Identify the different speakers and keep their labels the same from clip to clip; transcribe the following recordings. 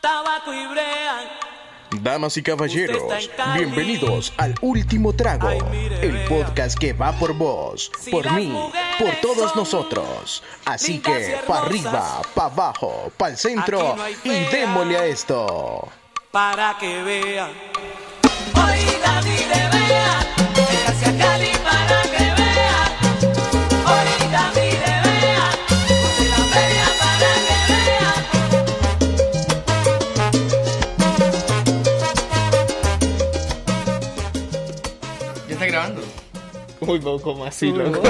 Speaker 1: tabaco y brea.
Speaker 2: Damas y
Speaker 1: Usted
Speaker 2: caballeros,
Speaker 1: está en Cali.
Speaker 2: bienvire bienvenidos al Último Trago,
Speaker 1: Ay, mire,
Speaker 2: el
Speaker 1: vea.
Speaker 2: podcast que va por vos,
Speaker 1: Si
Speaker 2: por
Speaker 1: las
Speaker 2: mí,
Speaker 1: mujeres
Speaker 2: por todos
Speaker 1: son
Speaker 2: nosotros. Así
Speaker 1: lindas y
Speaker 2: que, pa'
Speaker 1: hermosas,
Speaker 2: arriba, pa' abajo, pa' el centro
Speaker 1: aquí no hay
Speaker 2: y
Speaker 1: fea.
Speaker 2: démosle a esto.
Speaker 1: para que vean. Hoy David te vea, véngase a Cali para que vea. Hoy David te vea, de la feria para que vea.
Speaker 3: ¿Ya está grabando?
Speaker 4: Uy, no, como así, loco.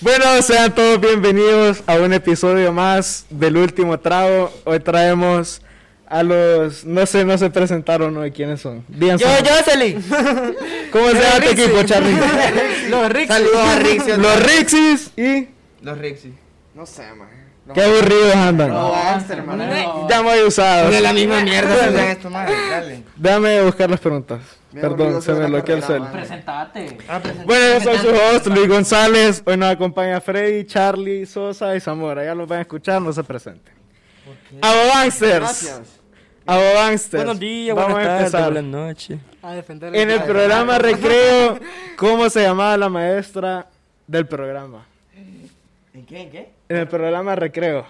Speaker 5: Bueno, sean todos bienvenidos a un episodio más del último trago. Hoy traemos a los. No sé, no se presentaron hoy quiénes son. Digan
Speaker 4: Yo,
Speaker 5: su-
Speaker 4: Jocelyn.
Speaker 5: ¿Cómo se llama tu
Speaker 4: Rixi.
Speaker 5: equipo, Charlie?
Speaker 4: Los Rixis.
Speaker 5: Saludos a
Speaker 4: Rixis.
Speaker 5: Los Rixis y.
Speaker 3: Los Rexy.
Speaker 6: No sé, man. No,
Speaker 5: Qué aburridos andan.
Speaker 6: no, basta, hermano.
Speaker 5: Ya muy usados.
Speaker 4: De la misma mierda.
Speaker 3: Dale,
Speaker 4: son.
Speaker 3: esto, madre, dale.
Speaker 5: Déjame buscar las preguntas.
Speaker 6: Me aburrido
Speaker 5: Perdón, se
Speaker 6: hacer
Speaker 5: me
Speaker 6: la
Speaker 5: bloqueó el
Speaker 6: carrera,
Speaker 5: cel.
Speaker 6: man.
Speaker 7: Presentate.
Speaker 5: Bueno, yo soy su host, Luis González. Hoy nos acompaña Freddy, Charlie, Sosa y Zamora. Ya los van a escuchar, no se presenten. Abobangsters.
Speaker 6: Gracias.
Speaker 5: Abobangsters.
Speaker 4: Buenos días,
Speaker 5: Vamos
Speaker 4: buenas
Speaker 5: a
Speaker 4: tardes,
Speaker 5: empezar.
Speaker 4: buenas noches.
Speaker 7: A defender
Speaker 5: En el programa Recreo, ¿cómo se llamaba la maestra del programa?
Speaker 3: ¿En qué? ¿En qué?
Speaker 5: En el programa Recreo.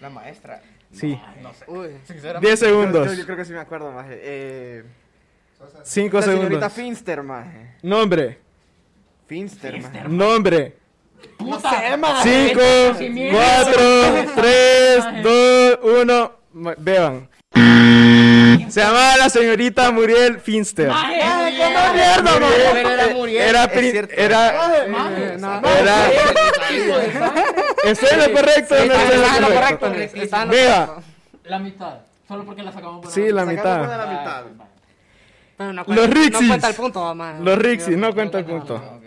Speaker 3: La maestra.
Speaker 5: Sí.
Speaker 6: Uy.
Speaker 5: 10 segundos.
Speaker 6: Yo, yo creo que sí me acuerdo, maje. Eh,
Speaker 5: 5
Speaker 6: la señorita
Speaker 5: segundos.
Speaker 6: Finster, maje.
Speaker 5: Nombre.
Speaker 6: Finster, maje.
Speaker 5: Nombre.
Speaker 7: Puta. No sé, man.
Speaker 5: 5, 4, 3, 2, 1. Beban. Se llamaba la señorita Muriel Finster.
Speaker 7: ¿Cómo
Speaker 5: mierda, mamá?
Speaker 4: era Muriel.
Speaker 5: Era.
Speaker 6: Es
Speaker 5: pri-
Speaker 6: cierto.
Speaker 5: Era.
Speaker 7: Mames, no.
Speaker 5: Era. Estoy en lo correcto. o no estoy en lo correcto. Vea,
Speaker 7: La mitad. Solo porque la sacamos por
Speaker 5: sí, la
Speaker 6: Sacamos de
Speaker 5: mitad.
Speaker 6: la mitad.
Speaker 7: Pero no
Speaker 5: Los Rixis.
Speaker 7: No cuenta el punto, mamá.
Speaker 5: Los Rixis, no cuenta el punto.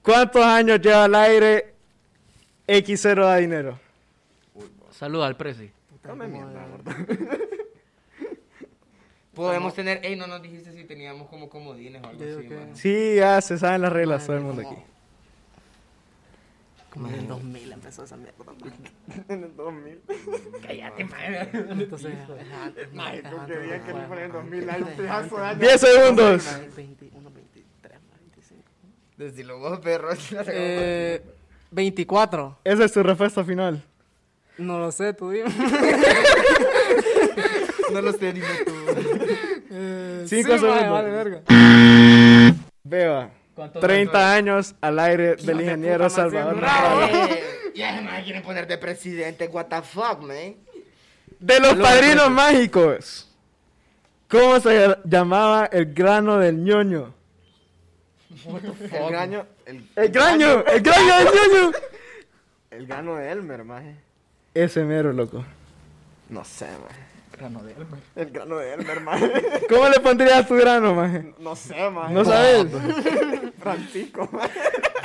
Speaker 5: ¿Cuántos años lleva al aire X0 da dinero?
Speaker 7: Saluda al presi.
Speaker 6: No me mierda, gordo.
Speaker 3: Podemos tener. Ey, no nos dijiste si teníamos como comodines o algo
Speaker 7: Yo digo
Speaker 3: así,
Speaker 7: que-
Speaker 3: man.
Speaker 5: Sí, ya se saben las reglas todo el mundo aquí.
Speaker 7: Como en el 2000 empezó esa mierda. man.
Speaker 6: En el 2000.
Speaker 3: Cállate, madre.
Speaker 7: Entonces, ajá, ajá,
Speaker 6: Porque
Speaker 7: ajá,
Speaker 6: veían que
Speaker 7: ajá,
Speaker 6: le ponían
Speaker 7: ajá.
Speaker 6: 2000 al pedazo de año.
Speaker 5: 10 segundos.
Speaker 7: 21, 23, 25.
Speaker 3: Desde luego, perro. así la sacamos.
Speaker 7: Eh, 24.
Speaker 5: Esa es tu respuesta final.
Speaker 7: No lo sé, tú dime.
Speaker 3: No los tenemos tú.
Speaker 7: Eh,
Speaker 5: Cinco
Speaker 7: sí, man,
Speaker 5: segundos.
Speaker 7: Vale, verga.
Speaker 5: Beba.
Speaker 3: ¿Cuánto
Speaker 5: 30 años al aire del ingeniero Salvador Morales.
Speaker 3: Ya, además quieren poner de presidente. What the fuck, man.
Speaker 5: De los padrinos mágicos. ¿Cómo se llamaba el grano del ñoño?
Speaker 6: El grano, el,
Speaker 5: ¡El graño! ¡El graño del ñoño!
Speaker 6: el grano de Elmer, maje.
Speaker 5: Ese mero, loco.
Speaker 6: No sé, maje. El grano de Elmer, maje.
Speaker 5: ¿Cómo le pondrías a tu grano, maje?
Speaker 6: No sé, maje.
Speaker 5: ¿No sabes?
Speaker 7: pues.
Speaker 6: Francisco, maje.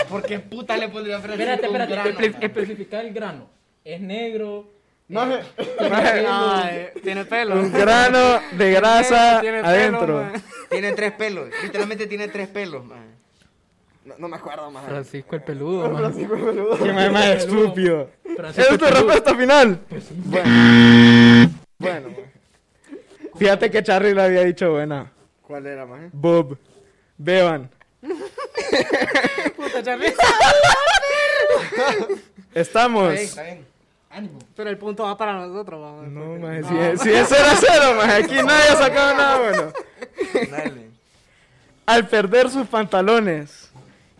Speaker 3: ¿Por qué puta le pondría Francisco
Speaker 7: Espérate,
Speaker 3: un
Speaker 7: espérate,
Speaker 3: grano,
Speaker 7: espe-
Speaker 3: man?
Speaker 7: especificar el grano. ¿Es negro? eh,
Speaker 6: Maje.
Speaker 3: Ah, eh,
Speaker 7: tiene pelo.
Speaker 5: Un grano de grasa
Speaker 7: Tiene pelo,
Speaker 5: adentro.
Speaker 7: man.
Speaker 3: Tiene tres pelos. Literalmente tiene tres pelos, man.
Speaker 6: No, no me acuerdo, maje.
Speaker 7: Francisco el peludo, man.
Speaker 6: Francisco boludo.
Speaker 5: ¡Qué maje más estúpido! ¡Esa
Speaker 7: Francisco
Speaker 5: es tu respuesta final!
Speaker 7: Pues,
Speaker 6: Bueno, maje.
Speaker 5: Fíjate que Charlie le había dicho buena.
Speaker 6: ¿Cuál era, maje?
Speaker 5: Bob. Beban.
Speaker 7: puta, Charlie.
Speaker 5: Estamos.
Speaker 3: bien. Ánimo.
Speaker 7: Pero el punto va para nosotros, man.
Speaker 5: No, maje, si es- si es 0-0, maje, aquí nadie ha sacado nada bueno.
Speaker 3: Dale.
Speaker 5: Al perder sus pantalones,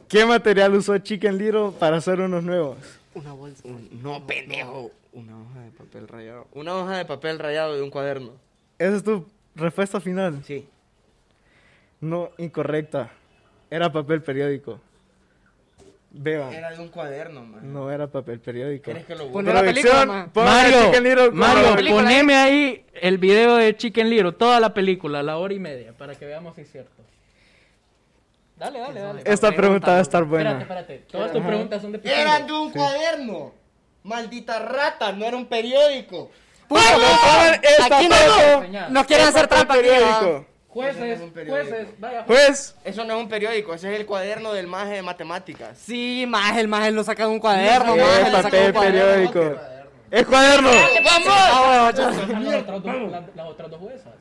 Speaker 5: ¿qué material usó Chicken Little para hacer unos nuevos?
Speaker 7: Una bolsa.
Speaker 3: No, pendejo. Una hoja de papel rayado. Una hoja de papel rayado de un cuaderno.
Speaker 5: Esa es tu respuesta final.
Speaker 3: Sí.
Speaker 5: No, incorrecta. Era papel periódico. Beban.
Speaker 3: Era de un cuaderno, man.
Speaker 5: No era papel periódico.
Speaker 3: ¿Quieres que lo
Speaker 7: Pon-
Speaker 3: vuelva?
Speaker 7: Poné la película, ma.
Speaker 5: ponga Chicken Little como-
Speaker 7: Mario, poneme ahí el video de Chicken Little, toda la película, la hora y media, para que veamos si es cierto. Dale, dale, dale.
Speaker 5: Esta pregunta va a estar buena.
Speaker 7: Espérate, espérate. Todas tus preguntas son de
Speaker 3: Era de un cuaderno. Maldita rata, no era un periódico.
Speaker 5: Esta foto
Speaker 7: Nos quieren hacer trampa aquí,
Speaker 5: periódico.
Speaker 3: Jueces, jueces,
Speaker 7: vaya.
Speaker 5: Pues,
Speaker 3: Eso no es un periódico, ese es el cuaderno del maje de matemáticas.
Speaker 7: Sí, Magel, Magel no saca de un cuaderno,
Speaker 5: es
Speaker 7: Magel no saca de un
Speaker 5: eh, papel
Speaker 7: cuaderno.
Speaker 5: periódico. ¡Es cuaderno!
Speaker 7: pues,
Speaker 5: Ah,
Speaker 7: Las otras dos- las- las otras dos juezas.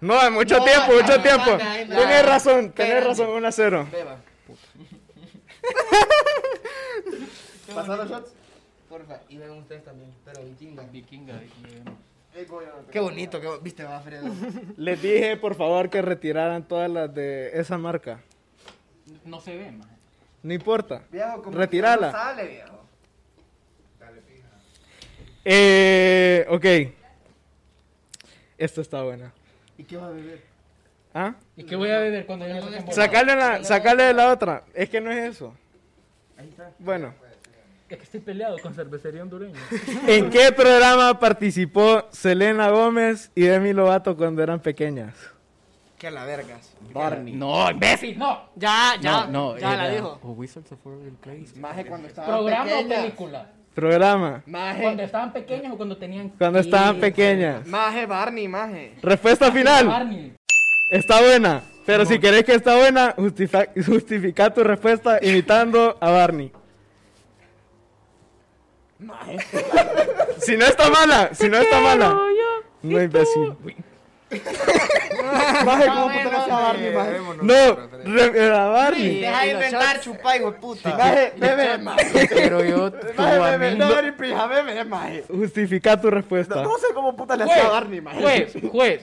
Speaker 5: No, hay mucho
Speaker 3: No,
Speaker 5: tiempo,
Speaker 3: ahí
Speaker 5: mucho
Speaker 3: me
Speaker 5: tiempo.
Speaker 3: manda, ahí me
Speaker 5: Tenés
Speaker 3: manda.
Speaker 5: razón, tenés
Speaker 3: Espérate.
Speaker 5: razón, 1 a 0.
Speaker 3: Beba.
Speaker 6: ¿Pasaron los shots?
Speaker 3: Porfa, y ven ustedes también, pero vikinga.
Speaker 7: Vikinga.
Speaker 6: Ey, voy a-
Speaker 3: Qué bonito, qué bo- viste, va Fredo.
Speaker 5: Les dije, por favor, que retiraran todas las de esa marca.
Speaker 7: No se ve, más.
Speaker 5: No importa.
Speaker 6: Viejo, como
Speaker 5: Retirala.
Speaker 6: que no sale, viejo.
Speaker 5: Eh, ok. Esto está buena.
Speaker 6: ¿Y qué va a beber?
Speaker 5: ¿Ah?
Speaker 7: ¿Y qué voy a beber cuando yo no tengo
Speaker 5: Sacarle, la, sacarle de la otra. Es que no es eso.
Speaker 6: Ahí está.
Speaker 5: Bueno.
Speaker 7: Es que estoy peleado con cervecería hondureña.
Speaker 5: ¿En qué programa participó Selena Gómez y Demi Lovato cuando eran pequeñas?
Speaker 3: Qué a la vergas.
Speaker 7: No, imbécil, no.
Speaker 8: Ya, ya.
Speaker 4: No,
Speaker 8: ya la
Speaker 4: era-
Speaker 8: dijo.
Speaker 4: Oh, Wizards of Waverly Place.
Speaker 6: Maje cuando
Speaker 5: Ah,
Speaker 6: estaba
Speaker 7: Programa o película.
Speaker 5: Programa.
Speaker 7: Cuando
Speaker 6: Maje.
Speaker 7: estaban pequeños o cuando tenían.
Speaker 5: Ah, eh. Cuando estaban pequeñas.
Speaker 6: Maje Barney, maje.
Speaker 5: Respuesta final.
Speaker 7: Barney.
Speaker 5: Está buena. Pero si querés que está buena, justifa- justifica tu respuesta imitando a Barney. Si no está mala, si no está mala. No, imbécil.
Speaker 6: Maje, ¿cómo puta no sea Barney, maje?
Speaker 5: No, re- era Barney.
Speaker 3: Deja de inventar, chupá, hijo de puta.
Speaker 6: Maje, bebe, maje.
Speaker 4: Pero yo,
Speaker 6: Maje,
Speaker 4: tuvo a
Speaker 6: bebe.
Speaker 4: mí.
Speaker 6: No, ni pija, bebe, maje.
Speaker 5: Justifica tu respuesta.
Speaker 6: No sé cómo puta le
Speaker 7: Juez,
Speaker 6: hacía Barney, maje.
Speaker 7: juez, juez.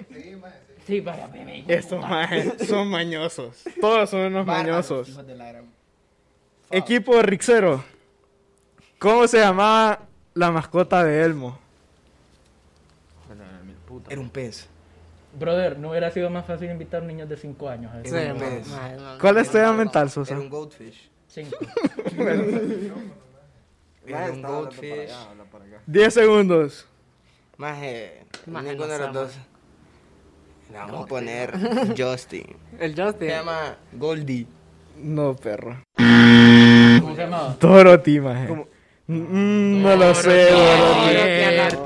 Speaker 7: Sí, vaya, bebé. hijo de
Speaker 5: Estos
Speaker 7: puta.
Speaker 5: majes son mañosos. Todos son unos
Speaker 3: Bárbaros,
Speaker 5: mañosos.
Speaker 3: hijos de la gran-
Speaker 5: Equipo Rixero. ¿Cómo se llamaba la mascota de Elmo?
Speaker 3: Era un pez.
Speaker 7: Brother, no hubiera sido más fácil invitar niños de 5 años. a eso?
Speaker 3: Era un pez.
Speaker 5: ¿Cuál es tu edad mental, Sosa?
Speaker 3: Era un goldfish.
Speaker 7: Cinco.
Speaker 3: Era un
Speaker 6: estaba hablando para
Speaker 3: goldfish.
Speaker 6: allá, habla para acá.
Speaker 5: 10 segundos.
Speaker 3: Maje,
Speaker 8: Maje,
Speaker 3: ninguno
Speaker 8: no
Speaker 3: de los
Speaker 8: sé,
Speaker 3: dos. Le vamos a poner Justin.
Speaker 8: El
Speaker 3: Se
Speaker 8: Justin.
Speaker 3: llama Goldie.
Speaker 5: No, perro.
Speaker 7: ¿Cómo se llamaba?
Speaker 5: Dorothy, maje. Mm, no lo sé,
Speaker 8: cierto.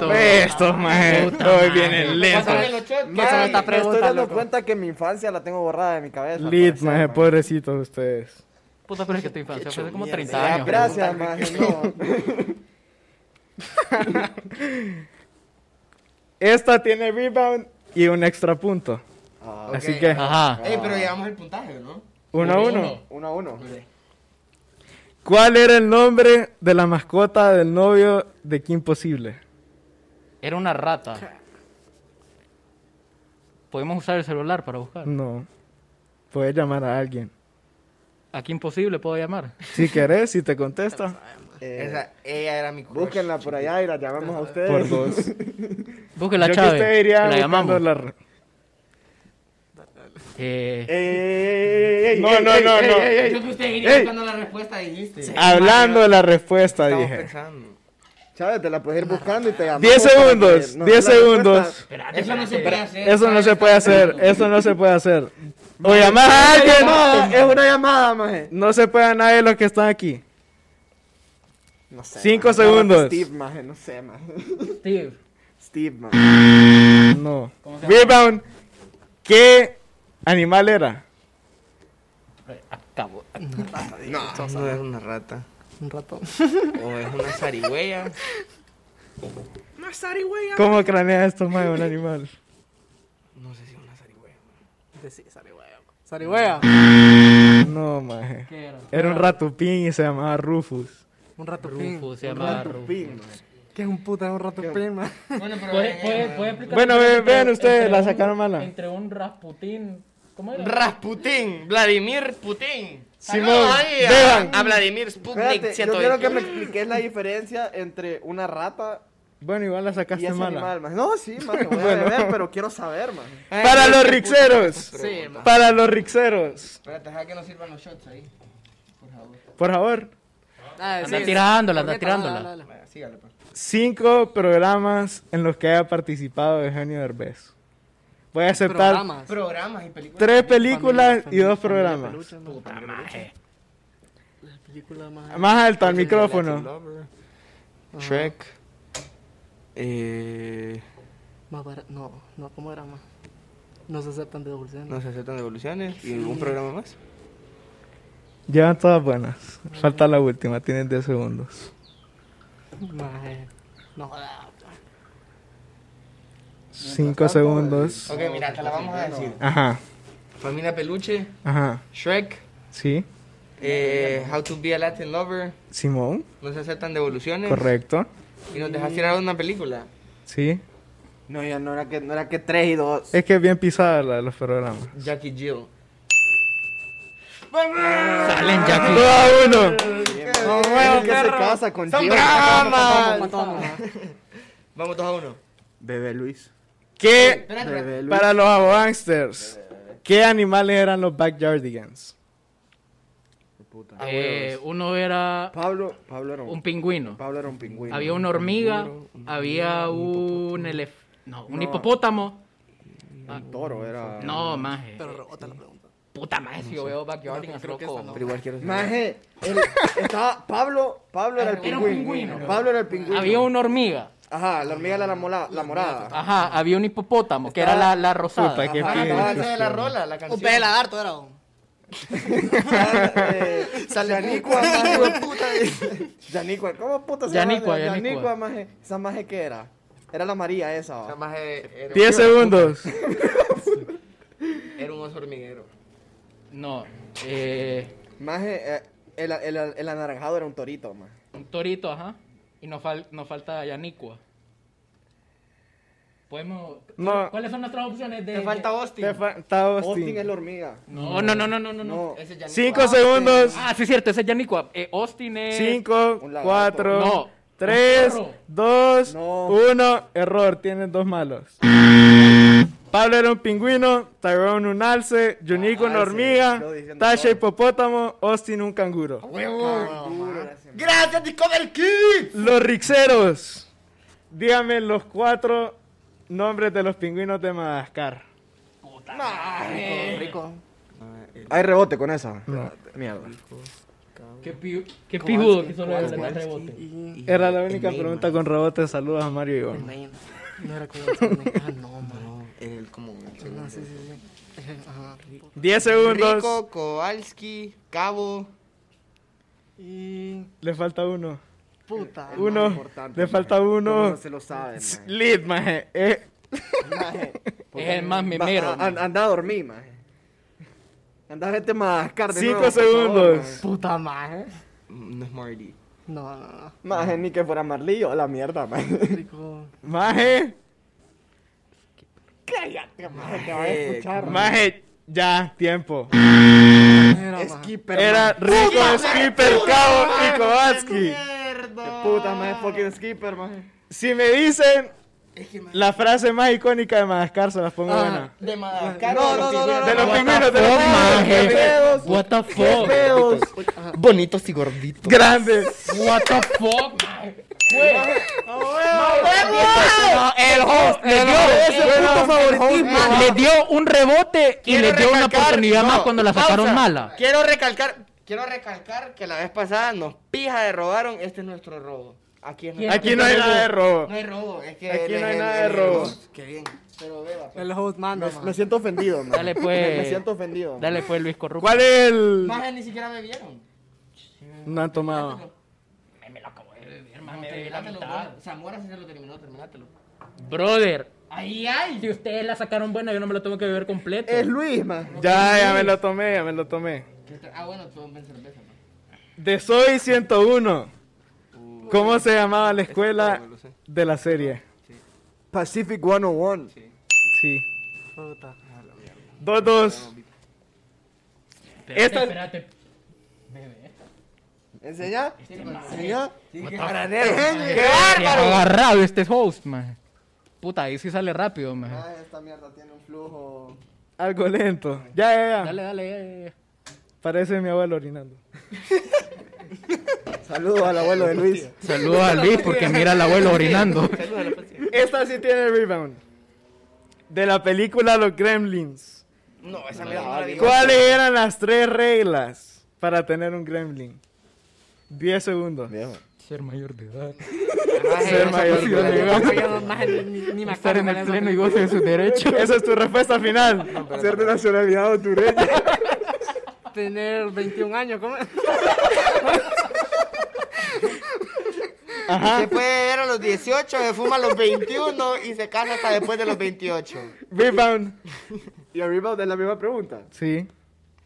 Speaker 5: Dorothy. Estos, maje. Hoy vienen lentos.
Speaker 8: ¿Qué son estas
Speaker 6: me estoy
Speaker 8: preguntas,
Speaker 6: dando
Speaker 8: loco?
Speaker 6: cuenta que mi infancia la tengo borrada de mi cabeza. pues, al
Speaker 5: Lit,
Speaker 6: parecer,
Speaker 5: maje.
Speaker 6: maje.
Speaker 5: Pobrecitos ustedes.
Speaker 8: Puta, pero es que tu infancia fue hace como
Speaker 3: mierda.
Speaker 8: 30
Speaker 6: Ya,
Speaker 8: años.
Speaker 6: Gracias, maje. No.
Speaker 5: Esta tiene rebound y un extra punto.
Speaker 3: Ah, Ok.
Speaker 5: Así que,
Speaker 8: Ajá.
Speaker 3: Ey, pero llevamos el puntaje, ¿no?
Speaker 5: uno a uno.
Speaker 6: Uno a uno.
Speaker 5: ¿Cuál era el nombre de la mascota del novio de Kim Posible?
Speaker 8: Era una rata. Podemos usar el celular para buscar.
Speaker 5: No. Puedes llamar a alguien.
Speaker 8: Aquí imposible puedo llamar.
Speaker 5: Si querés, si te contesta.
Speaker 6: Eh,
Speaker 3: Esa, ella era mi crush.
Speaker 6: Búsquenla por allá y la llamamos a ustedes.
Speaker 5: Por dos.
Speaker 8: Busque la
Speaker 5: Yo que
Speaker 8: Chávez.
Speaker 5: usted iría
Speaker 8: La
Speaker 5: buscando
Speaker 8: llamamos.
Speaker 5: la re-
Speaker 8: Eh,
Speaker 6: Eh,
Speaker 5: No, no, no, no.
Speaker 3: Yo que usted
Speaker 5: Ey.
Speaker 3: iría buscando la respuesta, dijiste.
Speaker 5: Hablando de la respuesta,
Speaker 3: Estamos
Speaker 5: dije.
Speaker 3: pensando.
Speaker 6: Chávez, te la puedes ir buscando y te llamamos.
Speaker 5: 10
Speaker 6: para que
Speaker 5: segundos,
Speaker 6: nos
Speaker 5: 10
Speaker 6: dé la
Speaker 5: segundos.
Speaker 6: respuesta.
Speaker 7: Espérate,
Speaker 3: Eso no se
Speaker 7: espérate.
Speaker 3: puede hacer.
Speaker 5: Eso no se puede hacer, eso no se puede hacer. O llamás a
Speaker 6: Es una llamada,
Speaker 5: alguien.
Speaker 6: Es una llamada, maje.
Speaker 5: No se puede a nadie de los que están aquí.
Speaker 6: No sé.
Speaker 5: Cinco
Speaker 6: maje.
Speaker 5: segundos.
Speaker 6: Steve, maje, no sé, maje.
Speaker 7: Steve.
Speaker 6: Steve, maje.
Speaker 5: No. Rebound. ¿Qué animal era?
Speaker 8: acabo.
Speaker 3: No, no es una rata.
Speaker 8: Un ratón.
Speaker 3: O es una zarigüeya.
Speaker 5: ¿Cómo cranea esto más un animal?
Speaker 3: No sé si es una zarigüeya.
Speaker 8: Sí, Sarigüeya. Sarigüeya.
Speaker 5: No, maje.
Speaker 7: ¿Qué era?
Speaker 5: Era un ratupín y se llamaba Rufus.
Speaker 8: Un rato
Speaker 7: Rufo, se llamaba Rufo.
Speaker 8: ¿Qué es un puta? Un rato prima.
Speaker 3: Bueno, pero.
Speaker 7: ¿Puede, puede, puede explicar
Speaker 5: Bueno,
Speaker 7: entre-
Speaker 5: ve- vean
Speaker 7: entre
Speaker 5: ustedes,
Speaker 7: un-
Speaker 5: la sacaron mala.
Speaker 7: Entre un Rasputín. ¿Cómo era?
Speaker 3: Rasputin, Vladimir Putin.
Speaker 5: Simón,
Speaker 3: Saludos ahí a-
Speaker 5: beban.
Speaker 3: a, Vladimir Sputnik
Speaker 6: Espérate, yo
Speaker 3: 121.
Speaker 6: quiero que me expliques la diferencia entre una rata
Speaker 5: Bueno, igual la
Speaker 6: y
Speaker 5: sacaste
Speaker 6: ese
Speaker 5: mala.
Speaker 6: animal, maje. No, sí, maje, voy a
Speaker 5: Bueno.
Speaker 6: beber, pero quiero saber, maje.
Speaker 3: Ay,
Speaker 5: Para
Speaker 3: qué
Speaker 5: los
Speaker 3: puta
Speaker 5: rixeros.
Speaker 3: esas
Speaker 8: Sí,
Speaker 3: preguntas.
Speaker 5: Para los rixeros.
Speaker 3: Espérate, deja que nos sirvan los shots ahí. Por favor.
Speaker 5: Por favor.
Speaker 7: Ah,
Speaker 8: Anda tirándola, anda tirándola.
Speaker 3: Vaya, sígale, pues.
Speaker 5: Cinco programas en los que haya participado Eugenio Derbez. Voy a aceptar
Speaker 8: Programas.
Speaker 3: Programas y películas.
Speaker 5: tres películas y dos programas.
Speaker 8: Puta madre. La película más.
Speaker 5: Más alto al micrófono.
Speaker 3: Shrek. Eh,
Speaker 8: Más barata. No, no, ¿cómo era más? No se aceptan devoluciones.
Speaker 3: no se aceptan devoluciones. ¿Y un programa más?
Speaker 5: Llevan todas buenas. Falta la última, tienen 10 segundos.
Speaker 8: Maje. eh, No joda.
Speaker 5: Cinco segundos.
Speaker 3: Ok, mira, te la vamos a decir.
Speaker 5: Ajá,
Speaker 3: Familia Peluche,
Speaker 5: ajá.
Speaker 3: Shrek,
Speaker 5: Sí,
Speaker 3: eh, How to be a Latin Lover,
Speaker 5: Simón,
Speaker 3: No se aceptan devoluciones.
Speaker 5: correcto.
Speaker 3: Y nos
Speaker 7: Mm.
Speaker 3: dejas tirar una película.
Speaker 5: Sí.
Speaker 6: No, ya no era que, no era que 3 y 2.
Speaker 5: Es que es bien pisada la de los programas.
Speaker 3: Jackie Jill.
Speaker 7: Salen Jackie.
Speaker 5: Dos a uno.
Speaker 6: No, huevo, Eh, que se casa con Dios.
Speaker 8: Ah,
Speaker 3: Vamos dos a uno.
Speaker 6: Bebé Luis.
Speaker 5: ¿Qué?
Speaker 6: Bebé Luis.
Speaker 5: Para los aboangsters, ¿qué animales eran los backyardigans? Ah,
Speaker 7: Eh, uno era
Speaker 6: Pablo, Pablo era un,
Speaker 7: un pingüino.
Speaker 6: Pablo era un pingüino.
Speaker 7: Había una hormiga, había un elef... No, un hipopótamo.
Speaker 6: un toro,
Speaker 8: Ah.
Speaker 6: era.
Speaker 7: No, maje.
Speaker 8: Pero rebota la pregunta.
Speaker 7: Puta maje, si yo veo backyarding, es loco.
Speaker 6: Pero igual quiero Maje, el- estaba Pablo, Pablo era el
Speaker 7: Era un pingüino.
Speaker 6: pingüino. Pablo era el pingüino.
Speaker 7: Había una hormiga.
Speaker 6: Ajá, la hormiga era la, mola- la morada.
Speaker 7: Ajá, había un hipopótamo, que era la, la rosada.
Speaker 5: Puta, qué
Speaker 3: Ah,
Speaker 5: pinche.
Speaker 3: de la rola, la
Speaker 8: Un
Speaker 3: canción.
Speaker 8: pez de lagarto era un.
Speaker 6: Eh, Yanicua, maje, puta. Yanicua, ¿cómo puta se llama?
Speaker 7: Yanicua, Yanicua.
Speaker 6: Yanicua, maje. ¿Esa maje qué era? Era la María esa.
Speaker 3: Nada
Speaker 6: va.
Speaker 3: más eh, era,
Speaker 5: Diez segundos.
Speaker 3: era un oso hormiguero.
Speaker 7: No, eh,
Speaker 6: Maje, eh, el, el, el anaranjado era un torito, maje.
Speaker 7: un torito, ajá. Y nos, fal- nos falta Yanicua. Podemos...
Speaker 5: No.
Speaker 7: ¿Cuáles son nuestras opciones? De,
Speaker 3: Te falta
Speaker 7: de-
Speaker 3: Austin.
Speaker 5: Eh, Te falta
Speaker 6: Austin es
Speaker 5: Austin.
Speaker 6: la hormiga.
Speaker 7: No, no, no, no, no, no. no.
Speaker 6: No.
Speaker 3: Ese es Yanicua.
Speaker 5: Cinco segundos.
Speaker 7: Ah, sí, cierto, ese es Yanicua. Eh, Austin es...
Speaker 5: Cinco,
Speaker 6: Un lagarto.
Speaker 5: cuatro,
Speaker 7: No.
Speaker 5: tres,
Speaker 7: Un perro.
Speaker 5: dos,
Speaker 6: No.
Speaker 5: uno. Error, tienes dos malos. Pablo era un pingüino, Tyrone un alce, Yunico una
Speaker 6: alce,
Speaker 5: hormiga,
Speaker 6: yo Ah, diciendo
Speaker 5: Tasha
Speaker 6: todo. Ah,
Speaker 5: hipopótamo, Austin un canguro.
Speaker 3: ¡Gracias, Discover Kids!
Speaker 5: Los rixeros. Dígame los cuatro nombres de los pingüinos de Madagascar.
Speaker 8: Rico.
Speaker 6: Hay rebote con esa.
Speaker 5: No.
Speaker 6: Mierda.
Speaker 7: Qué, pi- qué pijudo que solo le da rebote.
Speaker 8: Y.
Speaker 5: Era la única pregunta con rebote. Saludos a Mario y Iván.
Speaker 8: Main. No era como. Ah, no, man.
Speaker 3: No, el como el segundo.
Speaker 8: No, sí, sí, sí. Ajá, rico.
Speaker 5: 10 segundos.
Speaker 3: Rico, Kowalski, Cabo.
Speaker 8: Y. eh,
Speaker 5: Le falta uno.
Speaker 8: Puta.
Speaker 5: Uno. Le falta uno.
Speaker 6: No se lo sabe, maje.
Speaker 5: Lead, maje. Eh,
Speaker 6: Maje,
Speaker 7: Es el más
Speaker 6: va- ah,
Speaker 7: memero.
Speaker 6: a- a- Anda a dormir, maje. Anda a verte Madagascar de
Speaker 5: Cinco
Speaker 6: nuevo, por favor,
Speaker 5: segundos.
Speaker 6: maje.
Speaker 8: Puta maje.
Speaker 3: Mm, No es Marty.
Speaker 8: No, no, no.
Speaker 6: Maje, ni que fuera Marlí o la mierda, maje.
Speaker 8: Rico.
Speaker 5: maje.
Speaker 6: Te va a escuchar.
Speaker 5: Maje. Ya, tiempo.
Speaker 8: Era maje.
Speaker 6: Skipper.
Speaker 5: Era Rico, Skipper, Cabo y Kowalski.
Speaker 6: maje. Puta, maje, fucking Skipper, maje.
Speaker 5: Si me dicen la frase más icónica de Madagascar, se las pongo
Speaker 6: Ah.
Speaker 5: buena.
Speaker 3: De Madagascar.
Speaker 6: No, no, no, no,
Speaker 5: De los
Speaker 6: no,
Speaker 5: pingüinos, de los
Speaker 7: fuck,
Speaker 5: pingüinos.
Speaker 7: maje?
Speaker 5: qué pedos.
Speaker 7: What the fuck?
Speaker 6: Feos.
Speaker 3: Bonitos y gorditos.
Speaker 5: Grande.
Speaker 7: What the fuck?
Speaker 5: El host le dio ese puto favoritismo.
Speaker 7: Le dio un rebote y le dio una
Speaker 3: recalcar-
Speaker 7: oportunidad
Speaker 3: no,
Speaker 7: más cuando la sacaron
Speaker 3: pausa.
Speaker 7: mala.
Speaker 3: Quiero recalcar, quiero recalcar que la vez pasada nos pija de robaron, este es nuestro robo. Aquí, es nuestro-
Speaker 5: Aquí no hay nada de robo.
Speaker 3: No hay robo, es que
Speaker 5: Aquí
Speaker 3: él
Speaker 5: no
Speaker 3: es
Speaker 5: hay
Speaker 3: el-
Speaker 5: nada de
Speaker 3: el-
Speaker 5: robo.
Speaker 3: Qué bien. Pero beba.
Speaker 8: El host manda,
Speaker 6: Me
Speaker 8: maje.
Speaker 6: siento ofendido, maje.
Speaker 7: Dale, pues.
Speaker 6: Me siento ofendido.
Speaker 7: Dale pues Luis Corrupto.
Speaker 5: ¿Cuál es el...?
Speaker 3: Más Ah, ni siquiera me vieron.
Speaker 5: No han tomado.
Speaker 7: Me lo acabo de beber, hermano, te bebí la
Speaker 3: Terminátelo,
Speaker 7: mitad.
Speaker 3: bro. Zamora sí se lo terminó, terminátelo.
Speaker 7: Brother. Ay, ay. Si ustedes la sacaron buena, yo no me lo tengo que beber completo.
Speaker 6: Es Luis, maje.
Speaker 5: Ya, ya me lo tomé, ya me lo tomé.
Speaker 3: Ah, bueno, tú ven cerveza. ¿no?
Speaker 5: De Soy 101. ¿Cómo se llamaba la escuela de la serie?
Speaker 6: Pacific 101.
Speaker 5: Sí.
Speaker 8: Puta.
Speaker 5: Dos, dos.
Speaker 7: Espérate,
Speaker 5: esta-
Speaker 7: espérate.
Speaker 6: ¿Enseña? ¿Enseña?
Speaker 7: ¡Qué
Speaker 6: Ah,
Speaker 7: bárbaro! agarrado este host, man. Puta, ahí sí sale rápido, man.
Speaker 6: Maje, esta mierda tiene un flujo.
Speaker 5: Algo lento. Ya, ya, ya.
Speaker 7: Dale, dale, ya, ya, ya.
Speaker 5: Parece mi abuelo orinando.
Speaker 6: Saludos al abuelo de Luis.
Speaker 7: Saludos a Luis porque mira al abuelo orinando.
Speaker 5: Esta sí tiene rebound. De la película Los Gremlins.
Speaker 3: No, esa mierda no la vi.
Speaker 5: ¿Cuáles eran las tres reglas para tener un gremlin? 10 segundos.
Speaker 7: Ser mayor de edad.
Speaker 5: Ser mayor de edad.
Speaker 8: Yo, maje, ni, ni me
Speaker 7: Estar
Speaker 8: acuerdo.
Speaker 7: en
Speaker 8: cuál
Speaker 7: el
Speaker 8: era esa
Speaker 7: pleno y goce de sus derechos.
Speaker 5: Esa es tu respuesta final.
Speaker 6: Ser de nacionalidad hondureña.
Speaker 8: Tener 21 años, ¿cómo?
Speaker 3: Después eran los los 18, se fuma a los 21 y se casa hasta después de los 28.
Speaker 5: Rebound.
Speaker 6: Y arriba de la misma pregunta.
Speaker 5: Sí.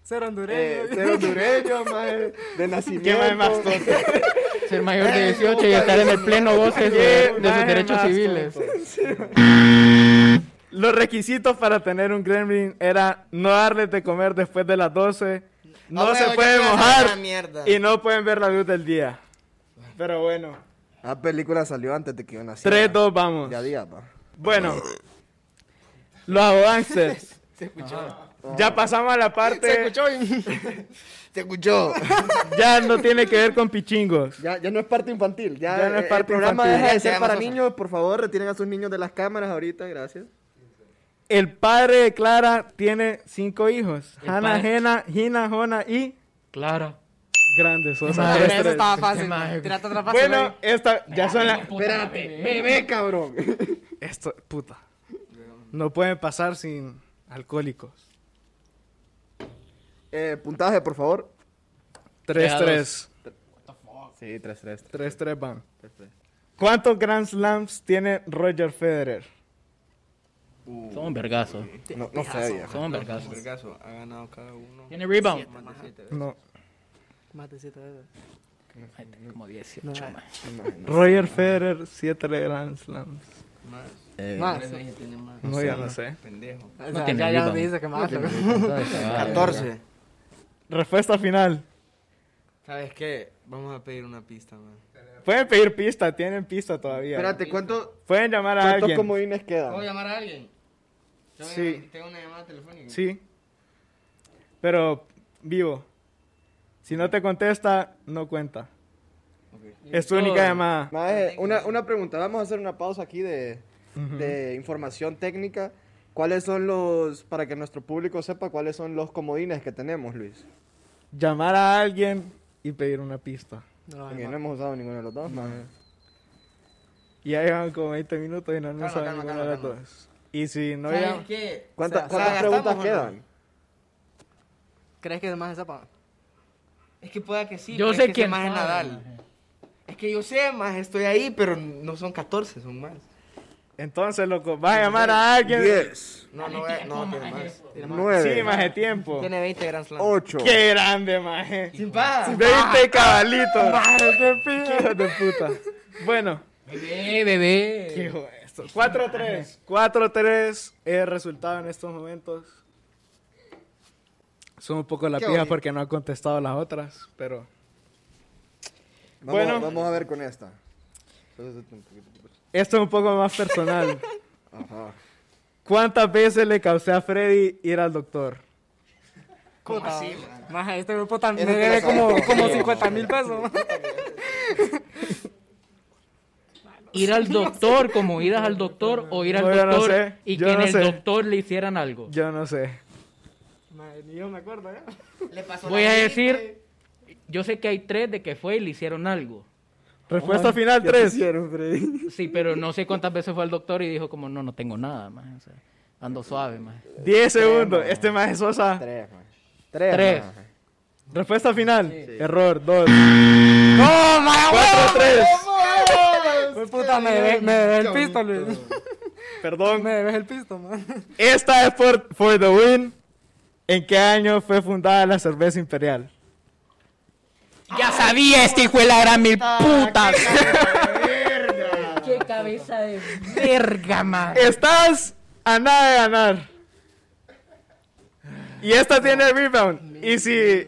Speaker 8: Ser hondureño.
Speaker 6: Eh, ser hondureño, mae, de
Speaker 5: ¿Qué
Speaker 6: nacimiento.
Speaker 5: mae más tonto?
Speaker 7: Ser mayor de 18 y estar en el pleno goce de, de sus
Speaker 5: Maje
Speaker 7: derechos
Speaker 5: más
Speaker 7: civiles.
Speaker 5: Los requisitos para tener un gremlin era no darles de comer después de las 12, no
Speaker 3: Ah,
Speaker 5: se
Speaker 3: huevo,
Speaker 5: pueden
Speaker 3: yo quiero hacer
Speaker 5: mojar
Speaker 3: una mierda.
Speaker 5: y no pueden ver la luz del día. Pero bueno,
Speaker 6: La película salió antes de que yo naciera.
Speaker 5: 3, 2, vamos.
Speaker 6: Ya día, pa.
Speaker 5: Bueno, los avances. Ya pasamos a la parte,
Speaker 3: ¿Te escuchó?
Speaker 5: ya no tiene que ver con pichingos.
Speaker 6: Ya, ya no es parte infantil. Ya,
Speaker 5: Ya no es
Speaker 6: eh,
Speaker 5: parte
Speaker 6: El programa
Speaker 5: infantil.
Speaker 6: deja de
Speaker 3: Ya se
Speaker 6: ser
Speaker 3: llama
Speaker 6: para
Speaker 3: Sosa.
Speaker 6: niños. Por favor, retiren a sus niños de las cámaras ahorita. Gracias.
Speaker 5: El padre de Clara tiene cinco hijos.
Speaker 7: El
Speaker 5: Hannah,
Speaker 7: padre.
Speaker 5: Hena, Gina, Jona y
Speaker 7: Claro.
Speaker 5: Grandes. O sea,
Speaker 8: Madre,
Speaker 5: los
Speaker 8: eso
Speaker 5: tres.
Speaker 8: estaba fácil.
Speaker 7: Maje, güey.
Speaker 8: Tirate otra fácil.
Speaker 5: Bueno, esta ya son las...
Speaker 6: Bebé, cabrón.
Speaker 5: Esto, puta. No pueden pasar sin alcohólicos.
Speaker 6: Eh, puntaje, por favor.
Speaker 5: 3-3.
Speaker 6: Sí, 3-3.
Speaker 5: 3-3 van. ¿Cuántos Grand Slams tiene Roger Federer?
Speaker 7: Son vergazos.
Speaker 6: No, no sé, viejo.
Speaker 7: Son vergazos.
Speaker 3: caso, ha ganado cada uno.
Speaker 7: Tiene rebound.
Speaker 5: No.
Speaker 8: Más de siete veces.
Speaker 7: Ay, tengo Como 18, man.
Speaker 5: Roger Federer, 7 Grand Slams.
Speaker 8: Más. Eh,
Speaker 5: No, ya no sé.
Speaker 3: Pendejo.
Speaker 8: O sea,
Speaker 7: No tiene
Speaker 8: ya, ya
Speaker 7: rebound.
Speaker 8: me dice que más. güey.
Speaker 3: 14.
Speaker 5: Respuesta final.
Speaker 3: ¿Sabes qué? Vamos a pedir una pista, man.
Speaker 5: Pueden pedir pista, tienen pista todavía.
Speaker 6: Espérate, ¿cuánto,
Speaker 5: Pueden llamar a
Speaker 6: ¿cuántos
Speaker 5: alguien.
Speaker 6: comodines
Speaker 3: ¿Puedo
Speaker 6: quedan?
Speaker 3: llamar a alguien? Tengo
Speaker 5: Sí.
Speaker 3: una- Tengo una llamada telefónica.
Speaker 5: Sí. Pero vivo. Si no te contesta, no cuenta. Es tu única
Speaker 7: Oh.
Speaker 5: llamada.
Speaker 6: Mae, una, una pregunta. Vamos a hacer una pausa aquí de, de información técnica. ¿Cuáles son los, para que nuestro público sepa, cuáles son los comodines que tenemos, Luis?
Speaker 5: Llamar a alguien y pedir una pista.
Speaker 8: No lo vas a
Speaker 6: Porque no
Speaker 8: llamar.
Speaker 6: hemos usado ninguno de los dos, mae.
Speaker 5: Y ya llevan como 20 minutos y no nos
Speaker 3: Calma,
Speaker 5: saben
Speaker 3: calma,
Speaker 5: ninguna
Speaker 3: calma,
Speaker 5: de las
Speaker 3: calma.
Speaker 5: dos. Y si no
Speaker 3: ¿Sabes
Speaker 5: llaman...
Speaker 3: qué?
Speaker 6: ¿Cuántas,
Speaker 8: O sea,
Speaker 6: cuántas
Speaker 3: ¿gastamos
Speaker 6: preguntas
Speaker 3: o no?
Speaker 6: quedan?
Speaker 8: ¿Crees que es más esa pa?
Speaker 3: Es que pueda que sí.
Speaker 7: Yo
Speaker 3: pero
Speaker 7: sé
Speaker 3: es que
Speaker 7: quién
Speaker 3: más es
Speaker 7: sabe,
Speaker 3: Nadal. Es que yo sé, más estoy ahí, pero no son 14, son más.
Speaker 5: Entonces, loco, vas a llamar a alguien.
Speaker 6: 10,
Speaker 3: No, no, eh, no, tiene más.
Speaker 6: 9,
Speaker 5: Sí, más de tiempo.
Speaker 3: Tiene 20 Grand Slam.
Speaker 6: 8,
Speaker 5: Qué grande, maje.
Speaker 3: Sin paga.
Speaker 5: 20 cabalitos. Maje, qué pijo de puta. Bueno,
Speaker 7: Bebé, bebé.
Speaker 5: qué hijo de esto. 4-3. 4-3 es resultado en estos momentos. Son un poco la
Speaker 3: Qué
Speaker 5: pija
Speaker 3: bonito.
Speaker 5: porque no ha contestado las otras, pero.
Speaker 6: Vamos,
Speaker 5: Bueno.
Speaker 6: vamos a ver con esta. Entonces, este un poquito-
Speaker 5: Esto es un poco más personal.
Speaker 6: Ajá.
Speaker 5: ¿Cuántas veces le causé a Freddy ir al doctor?
Speaker 8: Puta. Más este grupo también
Speaker 6: Eso
Speaker 8: me
Speaker 6: te lo
Speaker 8: debe
Speaker 6: sabes.
Speaker 8: como, como 50 mil pesos.
Speaker 7: Ir al doctor, como ir al doctor o ir al
Speaker 5: No, yo no
Speaker 7: doctor
Speaker 5: sé,
Speaker 7: y
Speaker 5: yo
Speaker 7: que en
Speaker 5: no
Speaker 7: el
Speaker 5: sé.
Speaker 7: doctor le hicieran algo.
Speaker 5: Yo no sé.
Speaker 8: Maje, ni yo me acuerdo, ¿eh?
Speaker 3: Le pasó
Speaker 7: Voy
Speaker 3: la
Speaker 7: a
Speaker 3: gripe.
Speaker 7: decir, yo sé que hay tres de que fue y le hicieron algo.
Speaker 5: Respuesta final 3.
Speaker 7: Sí, pero no sé cuántas veces fue al doctor y dijo como, no, no tengo nada, más. ando suave, más.
Speaker 5: 10 segundos. Este más es Sosa.
Speaker 6: 3, man. 3.
Speaker 7: Tres.
Speaker 5: Respuesta final. Error, 2. ¡No, más 4, 3.
Speaker 8: Pues puta, me debe, me debe el pisto, Luis.
Speaker 5: Perdón.
Speaker 8: Me debes el pisto, man.
Speaker 5: Esta es por for the win. ¿En qué año fue fundada la cerveza imperial?
Speaker 7: Ya sabía este hijo de la gran mil
Speaker 8: Ah,
Speaker 7: putas. Qué cabeza de verga, man.
Speaker 5: Estás a nada de ganar. Y esta tiene el rebound. Y si.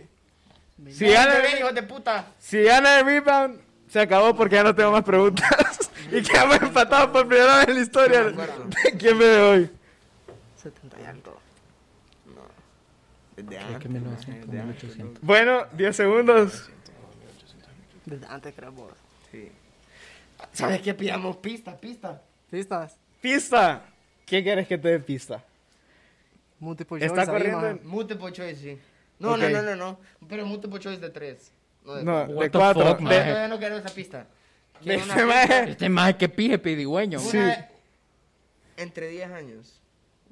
Speaker 5: Si gana,
Speaker 3: Ven, hijos de puta.
Speaker 5: si gana el rebound, se acabó porque ya no tengo más preguntas. Y quedamos empatados por primera vez en la historia. ¿De quién me hoy?
Speaker 8: 70 y algo.
Speaker 3: Desde antes, maje, desde antes.
Speaker 5: Bueno, 10 segundos.
Speaker 8: Desde antes creo vos.
Speaker 3: ¿Sabes qué? Pidamos pista, pista.
Speaker 8: ¿Listas?
Speaker 5: Pista. ¿Qué quieres que te dé pista?
Speaker 8: Múltiple
Speaker 5: Está
Speaker 8: choice ahí,
Speaker 5: corriendo
Speaker 8: maje.
Speaker 5: en-
Speaker 3: Multiple choice, sí. No,
Speaker 5: Ok.
Speaker 3: no, no, no, no. Pero multiple choice de 3. No, de
Speaker 5: No,
Speaker 3: cuatro.
Speaker 7: What
Speaker 5: de
Speaker 7: the
Speaker 5: 4.
Speaker 7: fuck,
Speaker 5: de,
Speaker 7: man.
Speaker 3: Todavía no quiero esa pista.
Speaker 5: de
Speaker 3: Quiero una
Speaker 5: este
Speaker 3: pista.
Speaker 5: maje.
Speaker 7: Este más que pije pedigüeño.
Speaker 3: Una
Speaker 7: man.
Speaker 3: de- Entre 10 años.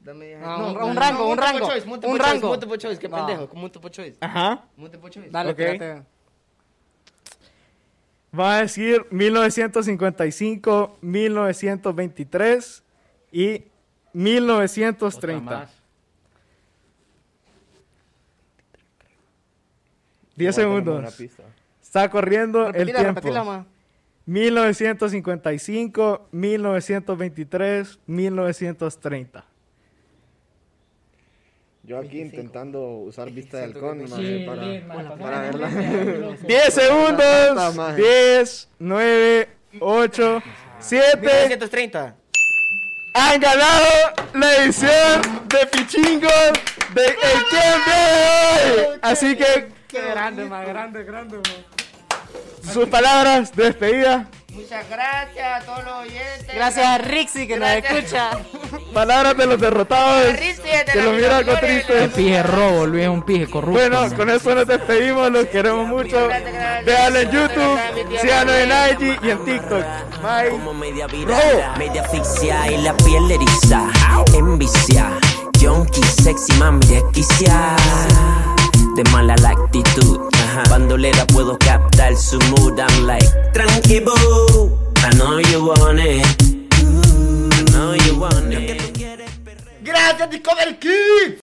Speaker 3: Dame 10 años.
Speaker 8: Ah, un- un rango, un
Speaker 3: multiple
Speaker 8: rango,
Speaker 3: choice, multiple
Speaker 8: un
Speaker 3: choice,
Speaker 8: rango. Ah.
Speaker 3: Multiple choice, qué
Speaker 8: No.
Speaker 3: pendejo. Multiple choice.
Speaker 5: Ajá.
Speaker 3: Multiple choice.
Speaker 8: Dale,
Speaker 5: Ok.
Speaker 8: espérate.
Speaker 5: Va a decir 1955, 1923 y 1930. 10 segundos. Está corriendo el
Speaker 8: Repetila,
Speaker 5: tiempo.
Speaker 8: repetila, ma.
Speaker 5: 1955, 1923, 1930.
Speaker 6: Yo aquí intentando usar vista de
Speaker 3: Siento que
Speaker 6: halcón
Speaker 3: te-
Speaker 6: maje,
Speaker 7: Sí,
Speaker 6: para,
Speaker 7: bien,
Speaker 6: para,
Speaker 7: ma,
Speaker 6: verla.
Speaker 7: loco.
Speaker 5: 10
Speaker 6: tanta
Speaker 5: segundos.
Speaker 6: magia.
Speaker 5: 10, 9, 8, 7.
Speaker 3: 1930.
Speaker 5: Han ganado la edición de Pichingos de El Tiempo de hoy. Así que
Speaker 8: Qué grande, más grande, grande, ma.
Speaker 5: sus palabras de despedida.
Speaker 3: Muchas gracias a todos los oyentes.
Speaker 8: Gracias a Rixi que nos
Speaker 3: Gracias.
Speaker 8: escucha.
Speaker 5: Palabras de los derrotados. Que los mira algo
Speaker 7: Un
Speaker 5: tristes.
Speaker 7: pije robo, Luis, un pije corrupto.
Speaker 5: Bueno, con eso nos despedimos, los queremos mucho. Véanlo en YouTube, síganos en IG y en TikTok. Bye.
Speaker 1: Como media virada, media asfixia y la piel eriza. Envicia, junkie, sexy, mami, desquicia. De mala la actitud, ajá. bandolera puedo captar su mood. I'm like, tranqui, boo. I know you want it. I know you want it.
Speaker 3: Gracias, Discover Kids.